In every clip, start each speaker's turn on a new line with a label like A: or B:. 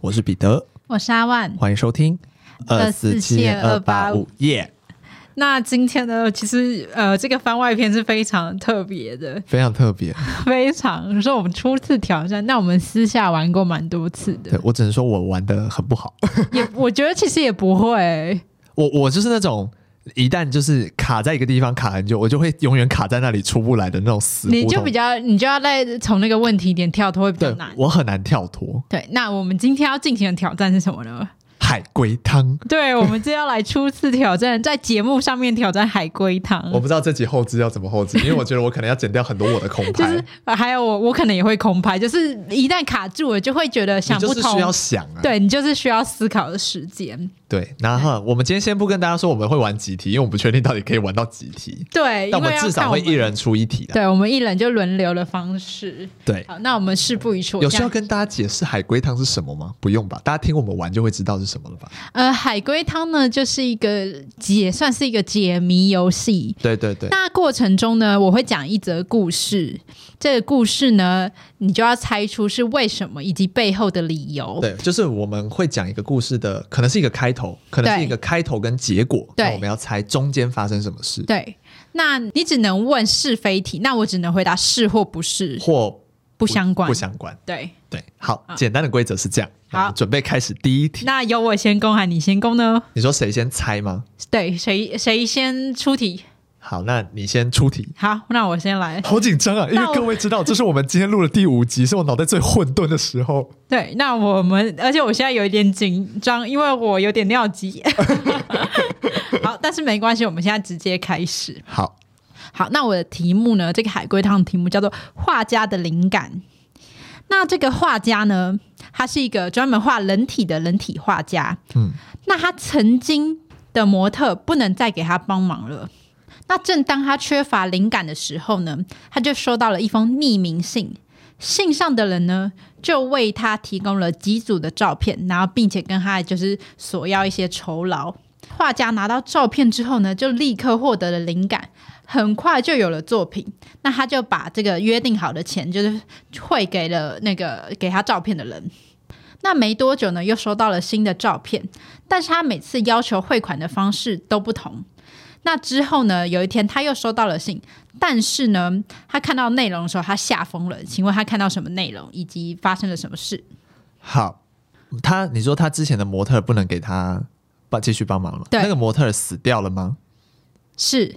A: 我是彼得，
B: 我是阿万。
A: 欢迎收听
B: 2472852
A: 耶
B: 那今天呢，其实呃，这个番外篇是非常特别的，
A: 非常特别。
B: 非常是我们初次挑战。那我们私下玩过蛮多次
A: 对
B: 的，
A: 我只能说我玩的很不好，
B: 也我觉得其实也不会、
A: 我我就是那种一旦就是卡在一个地方卡很久，我就会永远卡在那里出不来的那种死胡同。
B: 你就比较你就要再从那个问题点跳脱会比较
A: 对
B: 难，。
A: 我很难跳脱
B: 对，那我们今天要进行的挑战是什么呢？
A: 海龟汤。
B: 对，我们今天要来初次挑战，在节目上面挑战海龟汤
A: 我，不知道这集后置要怎么后置，因为我觉得我可能要剪掉很多我的空
B: 就
A: 拍。
B: 是呃还有我，我可能也会空拍，就是一旦卡住了，就会觉得
A: 你
B: 想
A: 就
B: 不
A: 是需
B: 通
A: 要。想啊，
B: 对你就是需要思考的时间，
A: 对。然后我们今天先不跟大家说我们会玩几题，因为我们不确定到底可以玩到几题，
B: 对，
A: 但
B: 因
A: 我
B: 为
A: 们
B: 要
A: 至
B: 看
A: 少会
B: 我们
A: 一人出一题的。
B: 对，我们一人就轮流的方式。
A: 对，
B: 好，那我们事不宜迟，我
A: 有需
B: 这
A: 要
B: 样
A: 跟大家解释海龟汤是什么吗？不用吧，大家听我们玩就会知道是什么了吧？
B: 呃，海龟汤呢，就是一个解，算是一个解谜游戏。
A: 对对对，
B: 那过程中呢，我会讲一则故事。这个故事呢，你就要猜出是为什么以及背后的理由。
A: 对，就是我们会讲一个故事的，可能是一个开头，可能是
B: 对
A: 一个开头跟结果，
B: 对
A: 那我们要猜中间发生什么事，
B: 对那你只能问是非题，那我只能回答是或不是，
A: 或
B: 不相关。
A: 不相关。
B: 对，
A: 对，好，
B: 好
A: 简单的规则是这样。
B: 好
A: 那我们准备开始第一题。
B: 那由我先攻还你先攻呢？
A: 你说谁先猜吗？
B: 对，谁谁先出题？
A: 好，那你先出题。
B: 好，那我先来。
A: 好紧张啊！因
B: 那
A: 为
B: 我
A: 各位知道，这是我们今天录的第五集，是我脑袋最混沌的时候。
B: 对，那我们，而且我现在有一点紧张，因为我有点尿急。好，但是没关系，我们现在直接开始。
A: 好，
B: 好，那我的题目呢？这个海龟汤的题目叫做“画家的灵感”。那这个画家呢，他是一个专门画人体的人体画家。
A: 嗯，
B: 那他曾经的模特不能再给他帮忙了。那正当他缺乏灵感的时候呢，他就收到了一封匿名信。信上的人呢，就为他提供了几组的照片，然后并且跟他就是索要一些酬劳。画家拿到照片之后呢，就立刻获得了灵感，很快就有了作品。那他就把这个约定好的钱，就是汇给了那个给他照片的人。那没多久呢，又收到了新的照片，但是他每次要求汇款的方式都不同。那之后呢，有一天他又收到了信，但是呢，他看到内容的时候，他吓疯了。请问他看到什么内容，以及发生了什么事？
A: 好，他你说他之前的模特不能给他帮继续帮忙了吗，
B: 对
A: 那个模特死掉了吗？
B: 是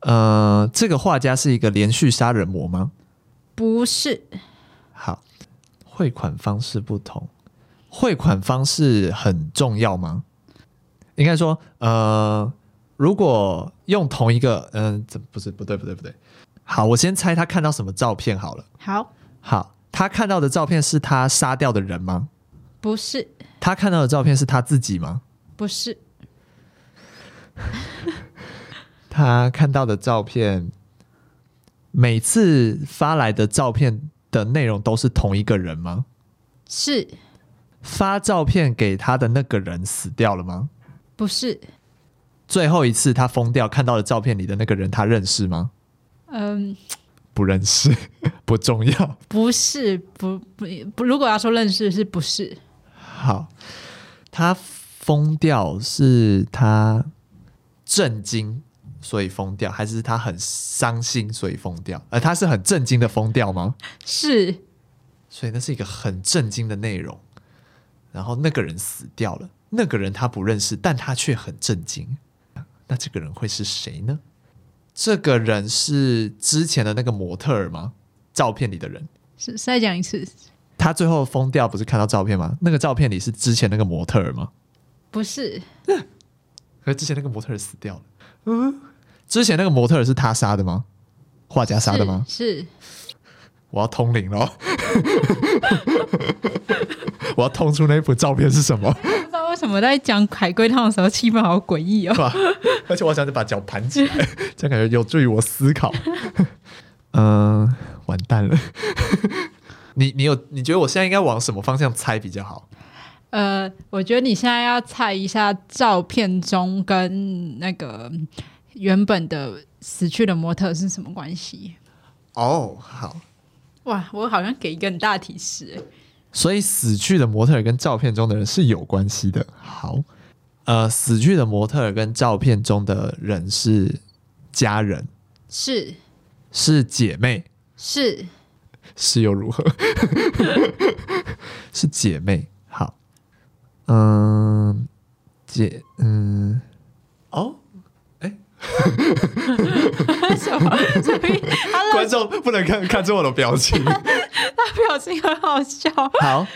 A: 呃，这个画家是一个连续杀人魔吗？
B: 不是？
A: 好，汇款方式不同，汇款方式很重要吗？应该说，呃，如果用同一个，嗯、这不是不对不对不对。好，我先猜他看到什么照片好了。
B: 好，
A: 好，他看到的照片是他杀掉的人吗？
B: 不是，
A: 他看到的照片是他自己吗？
B: 不是，
A: 他看到的照片，每次发来的照片的内容都是同一个人吗？
B: 是
A: 发照片给他的那个人死掉了吗？
B: 不是？
A: 最后一次他疯掉看到的照片里的那个人，他认识吗？
B: 嗯，
A: 不认识， 不重要。
B: 不是，不不不。如果要说认识，是不是？
A: 好，他疯掉是他震惊，所以疯掉，还是他很伤心所以疯掉？呃，他是很震惊的疯掉吗？
B: 是
A: 所以那是一个很震惊的内容。然后那个人死掉了，那个人他不认识，但他却很震惊。那这个人会是谁呢？这个人是之前的那个模特儿吗？照片里的人，
B: 是。再讲一次，
A: 他最后疯掉不是看到照片吗？那个照片里是之前那个模特儿吗？
B: 不是，
A: 可是之前那个模特儿死掉了。嗯，之前那个模特儿是他杀的吗？画家杀的吗？
B: 是
A: 我要通灵了哦， 我要通出那幅照片是什么？
B: 是不知道为什么在讲海龟汤的时候气氛好诡异哦。
A: 对吧？而且我想就把脚盘起来， 这样感觉有助于我思考。 嗯、完蛋了。 你你有你觉得我现在应该往什么方向猜比较好？
B: 呃，我觉得你现在要猜一下照片中跟那个原本的死去的模特是什么关系？
A: 哦，好，
B: 哇，我好像给一个很大的提示、欸。
A: 所以死去的模特儿跟照片中的人是有关系的。好，呃，死去的模特儿跟照片中的人是家人，
B: 是
A: 是姐妹，
B: 是，
A: 是又如 何？是姐妹。好，嗯，姐，嗯，哦，
B: 什么？ 所以他的
A: 观众不能看看出我的表情。
B: 他表情很好笑。
A: 好，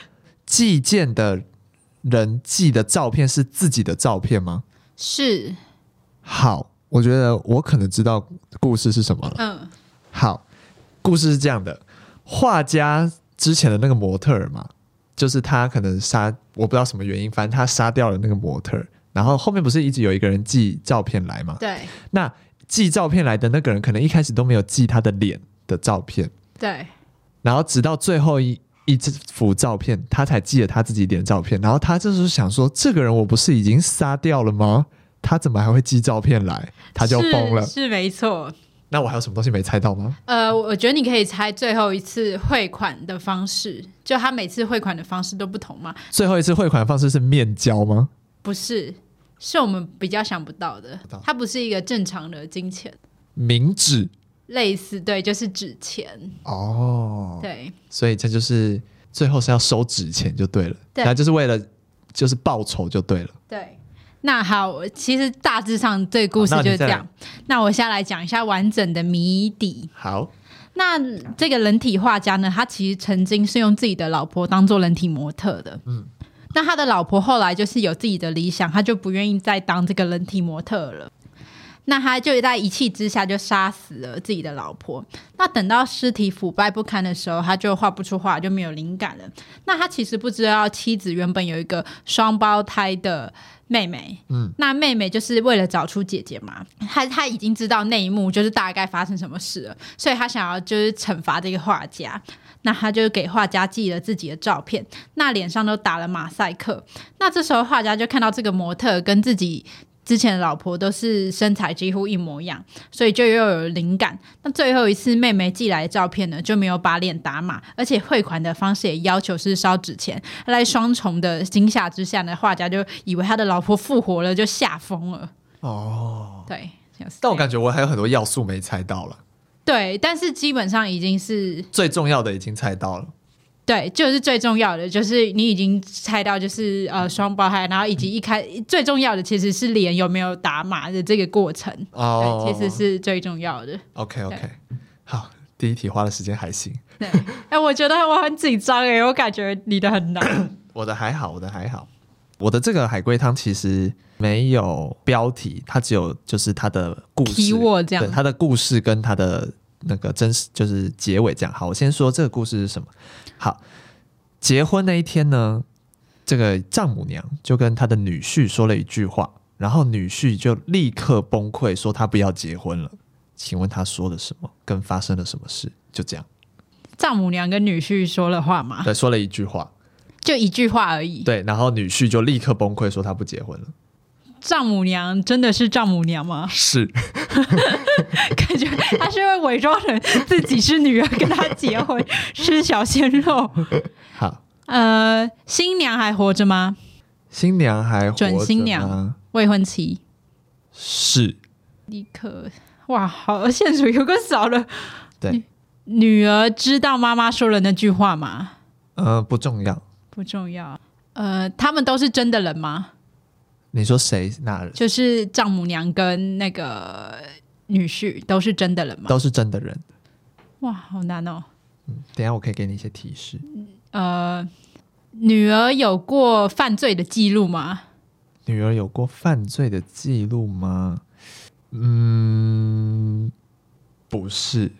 A: 寄件的人寄的照片是自己的照片吗？
B: 是，
A: 好，我觉得我可能知道故事是什么了。
B: 嗯，
A: 好，故事是这样的：画家之前的那个模特儿嘛，就是他可能杀，我不知道什么原因，反正他杀掉了那个模特儿。然后后面不是一直有一个人寄照片来嘛？
B: 对
A: 那寄照片来的那个人可能一开始都没有寄他的脸的照片，
B: 对，
A: 然后直到最后一一只幅照片，他才记得他自己脸照片。然后他这时候想说：这个人我不是已经杀掉了吗？他怎么还会寄照片来？他就是疯了。
B: 是没错。
A: 那我还有什么东西没猜到吗？
B: 呃，我觉得你可以猜最后一次汇款的方式，就他每次汇款的方式都不同嘛？
A: 最后一次汇款方式是面交吗？
B: 不是，是我们比较想不到的
A: 不到。
B: 它不是一个正常的金钱，
A: 明纸
B: 类似对，就是纸钱，
A: 哦，
B: 对
A: 所以这就是最后是要收纸钱就对了，
B: 对
A: 然后就是为了就是报仇就对了。
B: 对。那好，我其实大致上这故事
A: 好那
B: 就
A: 你
B: 是这
A: 再来
B: 样。那我先来讲一下完整的谜底。
A: 好，
B: 那这个人体画家呢，他其实曾经是用自己的老婆当做人体模特的。嗯，那他的老婆后来就是有自己的理想，他就不愿意再当这个人体模特了。那他就在一气之下就杀死了自己的老婆。那等到尸体腐败不堪的时候，他就画不出画，就没有灵感了。那他其实不知道妻子原本有一个双胞胎的妹妹，嗯，那妹妹就是为了找出姐姐嘛，他他已经知道那一幕就是大概发生什么事了，所以他想要就是惩罚这个画家。那他就给画家寄了自己的照片，那脸上都打了马赛克。那这时候画家就看到这个模特跟自己之前的老婆都是身材几乎一模一样，所以就又有灵感。那最后一次妹妹寄来的照片呢，就没有把脸打码，而且汇款的方式也要求是烧纸钱。在双重的惊吓之下呢，画家就以为他的老婆复活了，就吓疯了。
A: 哦，
B: 对，就是
A: 但我感觉我还有很多要素没猜到了，
B: 对，但是基本上已经是
A: 最重要的已经猜到了。
B: 对，就是最重要的，就是你已经猜到，就是呃双胞胎，然后以及一开最重要的其实是脸有没有打码的这个过程，
A: 哦
B: 对，，其实是最重要的。
A: OK OK，好，第一题花的时间还行，
B: 对，哎、我觉得我很紧张哎，我感觉你的很 难。
A: 我的还好，我的还好，我的这个海龟汤其实没有标题，它只有就是它的故事
B: Keyword 这样
A: 对它的故事跟它的那个真实就是结尾这样。好，我先说这个故事是什么。好，结婚那一天呢，这个丈母娘就跟她的女婿说了一句话，然后女婿就立刻崩溃，说他不要结婚了。请问他说了什么？跟发生了什么事？就这样，
B: 丈母娘跟女婿说了话嘛，
A: 对，说了一句话。
B: 就一句话而已。
A: 对，然后女婿就立刻崩溃，说他不结婚了。？
B: 丈母娘真的是丈母娘吗
A: 是，
B: 感觉她是会伪装成自己是女儿跟他结婚，吃小鲜肉。
A: 好，
B: 呃，新娘还活着吗？
A: 新娘还活着吗
B: 准新娘未婚妻。
A: 是，
B: 立刻，哇，好，线索有个少了。
A: 对，
B: 女儿知道妈妈说了那句话吗？
A: 呃，不重要。
B: 不重要。呃，他们都是真的人吗？
A: 你说谁哪人
B: 就是丈母娘跟那个女婿都是真的人吗？
A: 都是真的人？
B: 哇，好难哦。
A: 等一下我可以给你一些提示，
B: 呃，女儿有过犯罪的记录吗？
A: 女儿有过犯罪的记录吗？嗯，不是，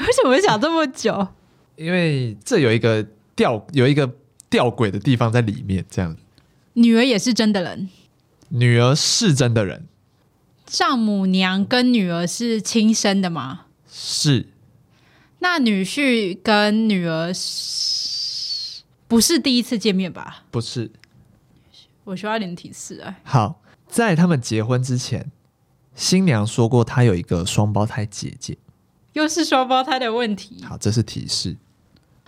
B: 为什么会想这么久？
A: 因为这有一个吊有一个吊诡的地方在里面，这样。
B: 女儿也是真的人，
A: 女儿是真的人，
B: 丈母娘跟女儿是亲生的吗？
A: 是
B: 那女婿跟女儿是不是第一次见面吧？
A: 不是？
B: 我需要一点提示哎、
A: 好，在他们结婚之前，新娘说过她有一个双胞胎姐姐，
B: 又是双胞胎的问题。
A: 好，这是提示。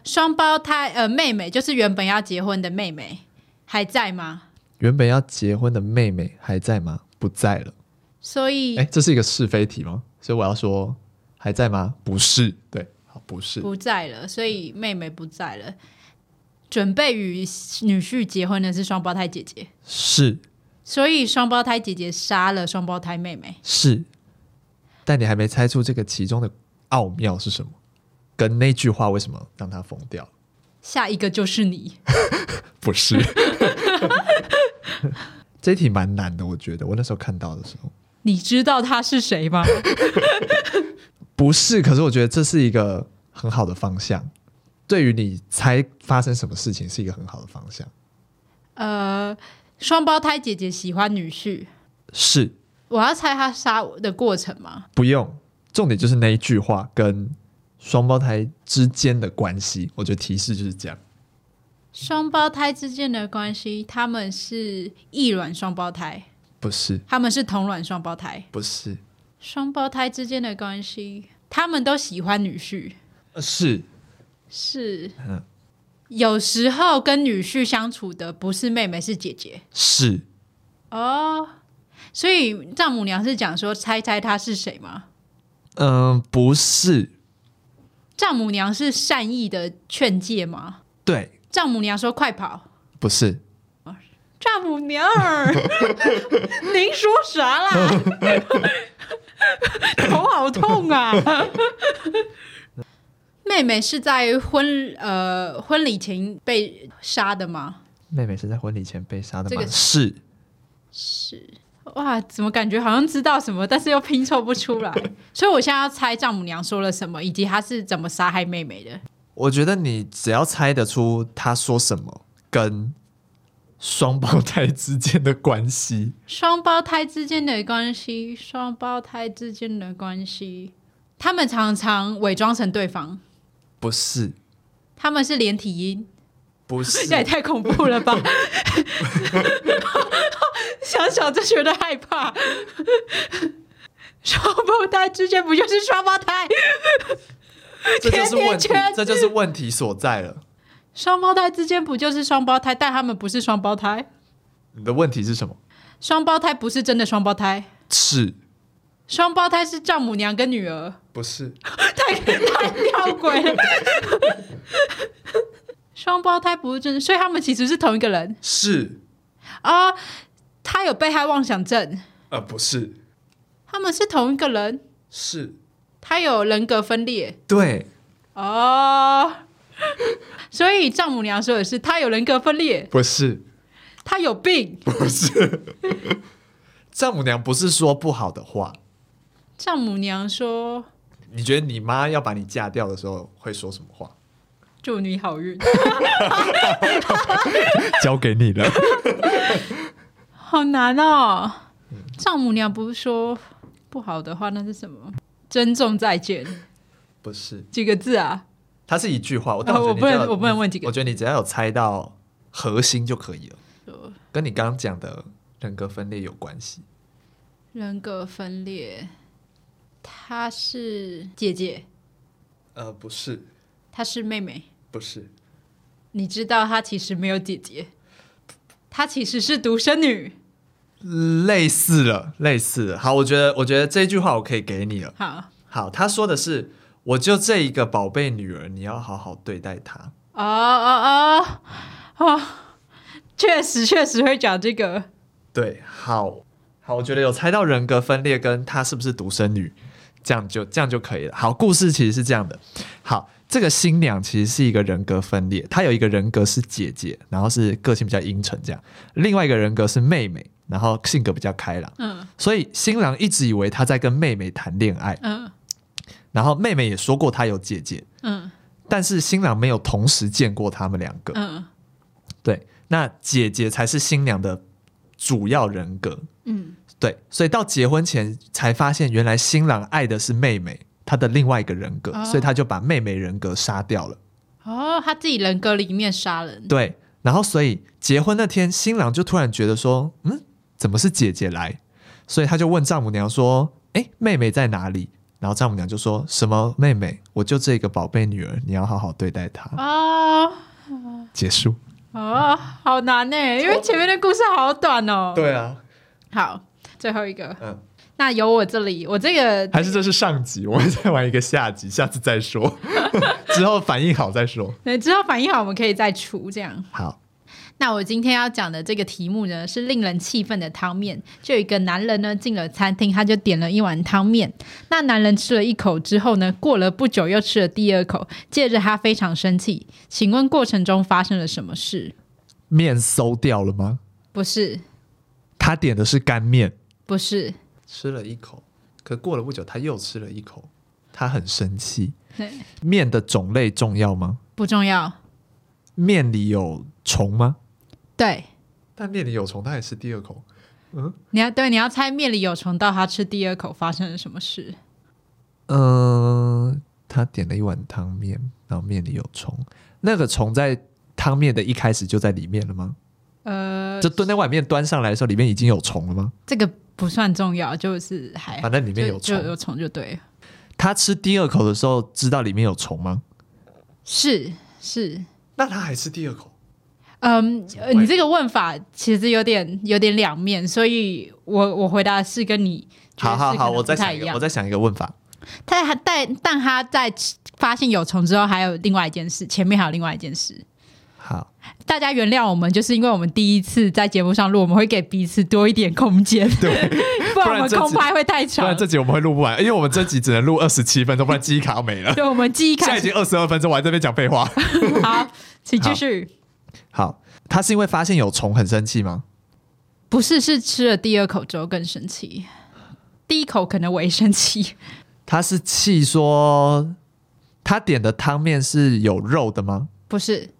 B: 双胞胎呃，妹妹就是原本要结婚的妹妹，还在吗？
A: 原本要结婚的妹妹还在吗？不在了。
B: 所以
A: 哎，这是一个是非题吗？所以我要说还在吗？不是，对，好，不是。
B: 不在了，所以妹妹不在了。准备与女婿结婚的是双胞胎姐姐，
A: 是
B: 所以双胞胎姐姐杀了双胞胎妹妹。
A: 是，但你还没猜出这个其中的奥妙是什么，跟那句话为什么让他疯掉？
B: 下一个就是你，
A: 不是，这一题蛮难的，我觉得我那时候看到的时候
B: 你知道她是 谁吗？
A: 不是，可是我觉得这是一个很好的方向，对于你猜发生什么事情是一个很好的方向。
B: 呃，双胞胎姐姐喜欢女婿，
A: 是，
B: 我要猜她杀我的过程吗？
A: 不用，重点就是那一句话跟双胞胎之间的关系，我觉得提示就是这样。
B: 双胞胎之间的关系，他们是异卵双胞胎，
A: 不是，
B: 他们是同卵双胞胎。
A: 不是，
B: 双胞胎之间的关系，他们都喜欢女婿，
A: 呃是
B: 是
A: 嗯
B: 有时候跟女婿相处的不是妹妹是姐姐
A: 是
B: 哦。所以丈母娘是讲说猜猜她是谁吗？
A: 嗯，不是，
B: 丈母娘是善意的劝诫吗？
A: 对，
B: 丈母娘说快跑，
A: 不是，
B: 丈母娘 儿，您说啥 啦？头好痛啊！ 妹妹是在婚呃婚礼前被杀的吗？
A: 妹妹是在婚礼前被杀的
B: 这
A: 吗？
B: 个
A: 是，
B: 哇，怎么感觉好像知道什么，但是又拼凑不出来？所以我现在要猜丈母娘说了什么，以及她是怎么杀害妹妹的。
A: 我觉得你只要猜得出他说什么跟双胞胎之间的关系，
B: 双胞胎之间的关系，双胞胎之间的关系，他们常常伪装成对方，
A: 不是，
B: 他们是连体婴，
A: 不
B: 这也
A: 是，
B: 太恐怖了吧！想想就觉得害怕。双胞胎之间不就是双胞胎？
A: 这就是问题
B: 甜甜圈，
A: 这就是问题所在了。
B: 双胞胎之间不就是双胞胎？但他们不是双胞胎。
A: 你的问题是什么？
B: 双胞胎不是真的双胞胎，
A: 是
B: 双胞胎是丈母娘跟女儿，
A: 不是？
B: 太太吊诡了。双胞胎不是真的，所以他们其实是同一个人
A: 是
B: 啊、他有被害妄想症，
A: 呃，不是，
B: 他们是同一个人，
A: 是
B: 他有人格分裂
A: 对，
B: 哦。所以丈母娘说的是，他有人格分裂，
A: 不是
B: 他有病。
A: 不是。丈母娘不是说不好的话，
B: 丈母娘说
A: 你觉得你妈要把你嫁掉的时候会说什么话？
B: 祝你好运，
A: 交给你了。
B: 好难哦。丈母娘不是说不好的话，那是什么？珍重再见
A: 不是，
B: 几个字啊？
A: 它是一句话，我但
B: 啊
A: 我觉得你
B: 我不能
A: 只要
B: 我不能问几个
A: 我觉得你只要有猜到核心就可以了
B: 说，
A: 跟你刚刚讲的人格分裂有关系。
B: 人格分裂，她是姐姐，
A: 呃，不是，
B: 她是妹妹。
A: 不是，
B: 你知道她其实没有姐姐，她其实是独生女。
A: 类似了，类似了。好，我觉得，我觉得这句话我可以给你了。
B: 好
A: 好，他说的是，我就这一个宝贝女儿，你要好好对待她。
B: 哦哦哦哦，确实确实会讲这个。
A: 对，好，好，我觉得有猜到人格分裂跟她是不是独生女，这样就这样就可以了。好，故事其实是这样的。好，这个新娘其实是一个人格分裂，她有一个人格是姐姐，然后是个性比较阴沉这样；另外一个人格是妹妹，然后性格比较开朗。
B: 嗯
A: 所以新郎一直以为她在跟妹妹谈恋爱，
B: 嗯
A: 然后妹妹也说过她有姐姐，
B: 嗯
A: 但是新郎没有同时见过他们两个。
B: 嗯
A: 对，那姐姐才是新娘的主要人格。
B: 嗯，
A: 对，所以到结婚前才发现，原来新郎爱的是妹妹，她的另外一个人格，
B: 哦
A: 所以他就把妹妹人格杀掉了。
B: 哦，她自己人格里面杀人。
A: 对，然后所以结婚那天，新郎就突然觉得说，嗯，怎么是姐姐来？所以他就问丈母娘说：“哎、妹妹在哪里？”然后丈母娘就说什么：“妹妹，我就这个宝贝女儿，你要好好对待她。
B: 哦”
A: 结束。
B: 哦，好难呢，因为前面的故事好短哦。，
A: 对啊，
B: 好，最后一个，
A: 嗯，
B: 那由我这里，我这个
A: 还是这是上集，我们再玩一个下集，下次再说， 之后反应好再说。
B: 对之后反应好，我们可以再出这样。
A: 好，
B: 那我今天要讲的这个题目呢，是令人气愤的汤面。就有一个男人呢进了餐厅，他就点了一碗汤面。那男人吃了一口之后呢，过了不久又吃了第二口，接着他非常生气。请问过程中发生了什么事？
A: 面馊掉了吗？
B: 不是，
A: 他点的是干面，
B: 不是，
A: 吃了一口，可过了不久他又吃了一口，他很生气。
B: 对，
A: 面的种类重要吗？
B: 不重要。
A: 面里有虫吗？
B: 对，
A: 但面里有虫，他也吃第二口。
B: 你要对你要猜面里有虫到他吃第二口发生了什么事？
A: 嗯、他点了一碗汤面，然后面里有虫，那个虫在汤面的一开始就在里面了吗？
B: 呃，
A: 就端那碗面端上来的时候，里面已经有虫了吗？
B: 这个不算重要，就是还
A: 反正里面有
B: 哎就就
A: 虫。
B: 有虫就对了。
A: 他吃第二口的时候，知道里面有虫吗？
B: 是是，
A: 那他还吃第二口？
B: 嗯，
A: 怎么
B: 呃
A: 会
B: 你这个问法其实有点有点两面，所以我我回答的是跟你觉
A: 好
B: 得
A: 好
B: 是
A: 好，
B: 可能
A: 我再
B: 不太
A: 想
B: 一
A: 一个，
B: 样
A: 我。再想一个问法。
B: 但他但但他在发现有虫之后，还有另外一件事，前面还有另外一件事。
A: 好，
B: 大家原谅我们，就是因为我们第一次在节目上录，我们会给彼此多一点空间，
A: 对，
B: 不然我们
A: 这集
B: 空拍会太
A: 不然
B: 长
A: 这。集我们会录不完，因为我们这集只能录二十七分钟，不然 记忆卡没了。
B: 对，我们记忆
A: 现在
B: 开
A: 已
B: 始
A: 经二十二分钟，我还在这边讲废话。
B: 好，请继续。
A: 好，他是因为发现有虫很生气吗？
B: 不是，是吃了第二口之后更生气，第一口可能微生气，
A: 他是气说他点的汤面是有肉的吗？
B: 不是，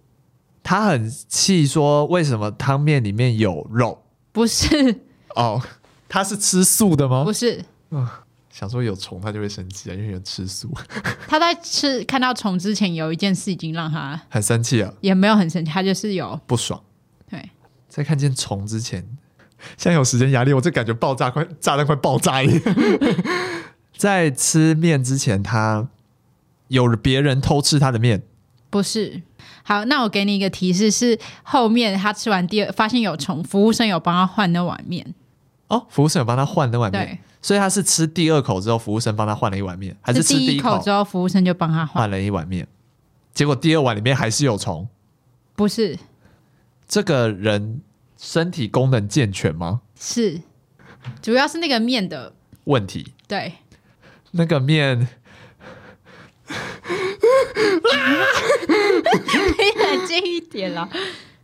A: 他很气说为什么汤面里面有肉？
B: 不是，
A: 哦，他是吃素的吗
B: 不？是。
A: 想说有虫他就会生气啊，因为有吃素，
B: 他在吃看到虫之前，有一件事已经让他
A: 很生气啊，
B: 也没有很生气，他就是有
A: 不爽。
B: 对，
A: 在看见虫之前，现在有时间压力，我这感觉爆炸快炸弹快爆炸一样。在吃面之前，他有别人偷吃他的面，
B: 不是。好，那我给你一个提示，是后面他吃完第二，发现有虫，服务生有帮他换那碗面，
A: 哦，服务生有帮他换那碗面，
B: 对，
A: 所以他是吃第二口之后，服务生帮他换了一碗面，还是吃
B: 第
A: 一
B: 一口
A: 口
B: 之后，服务生就帮他换，
A: 换了一碗面？结果第二碗里面还是有虫。
B: 不是，
A: 这个人身体功能健全吗？
B: 是，主要是那个面的，
A: 问题，
B: 对，
A: 那个面
B: 你冷静一点啦，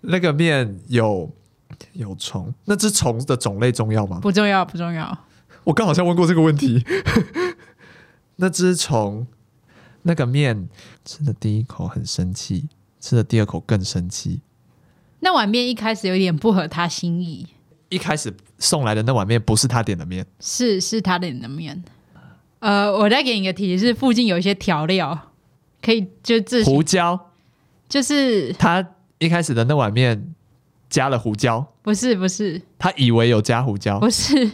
A: 那个面有有虫，那只虫的种类重要吗？
B: 不重要，不重要，
A: 我刚好像问过这个问题。 那只虫，那个面吃的第一口很生气，吃的第二口更生气。
B: 那碗面一开始有点不合他心意，
A: 一开始送来的那碗面不是他点的面，
B: 是是他点的面。呃，我再给你一个提示，附近有一些调料，可以就自行
A: 胡椒。
B: 就是
A: 他一开始的那碗面加了胡椒，
B: 不是不是
A: 他以为有加胡椒。
B: 不是。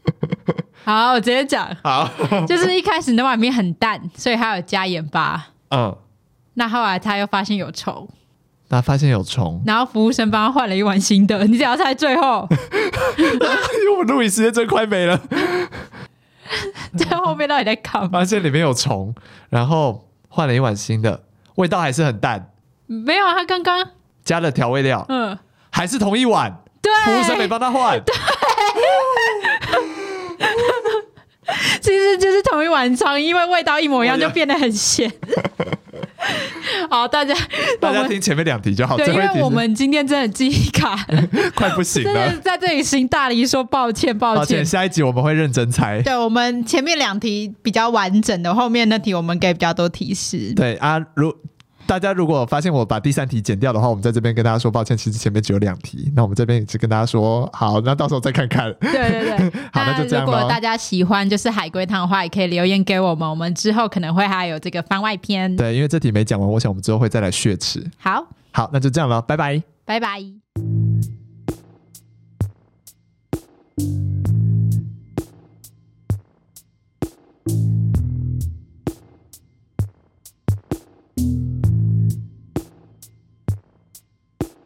B: 好，我直接讲，
A: 好，
B: 就是一开始那碗面很淡，所以他有加盐巴。
A: 嗯，
B: 那后来他又发现有虫，，
A: 那发现有虫
B: 然后服务生帮他换了一碗新的。你只要猜最后，
A: 因哎为我们录影时间真快没了，
B: 最后面到底在干嘛？
A: 发现里面有虫，然后换了一碗新的，味道还是很淡，
B: 没有啊，他刚刚
A: 加了调味料，
B: 嗯，
A: 还是同一碗。
B: 对，
A: 服务生没帮他换，
B: 其实就是同一碗汤，因为味道一模一样，
A: 我也
B: 就变得 很咸。好，大家，
A: 大
B: 我
A: 家
B: 们
A: 听前面两题就好。
B: 对，
A: 最
B: 因
A: 后一题
B: 为我
A: 是
B: 们今天真的记 忆卡，
A: 快不行
B: 真的
A: 了，
B: 在这里行大黎说抱歉，抱
A: 抱
B: 歉
A: 歉，。下一集我们会认真猜。
B: 对我们前面两题比较完整的，后面那题我们给比较多提示。
A: 对啊，如大家如果发现我把第三题剪掉的话，我们在这边跟大家说抱歉，其实前面只有两题。那我们这边也是跟大家说，好，那到时候再看看。
B: 对 对对，
A: 好那就这样
B: 如果
A: 咯
B: 大家喜欢就是海龟汤的话，也可以留言给我们，我们之后可能会还有这个番外篇。
A: 对，因为这题没讲完，我想我们之后会再来血池。
B: 好，
A: 好，那就这样了，拜拜。
B: 拜拜。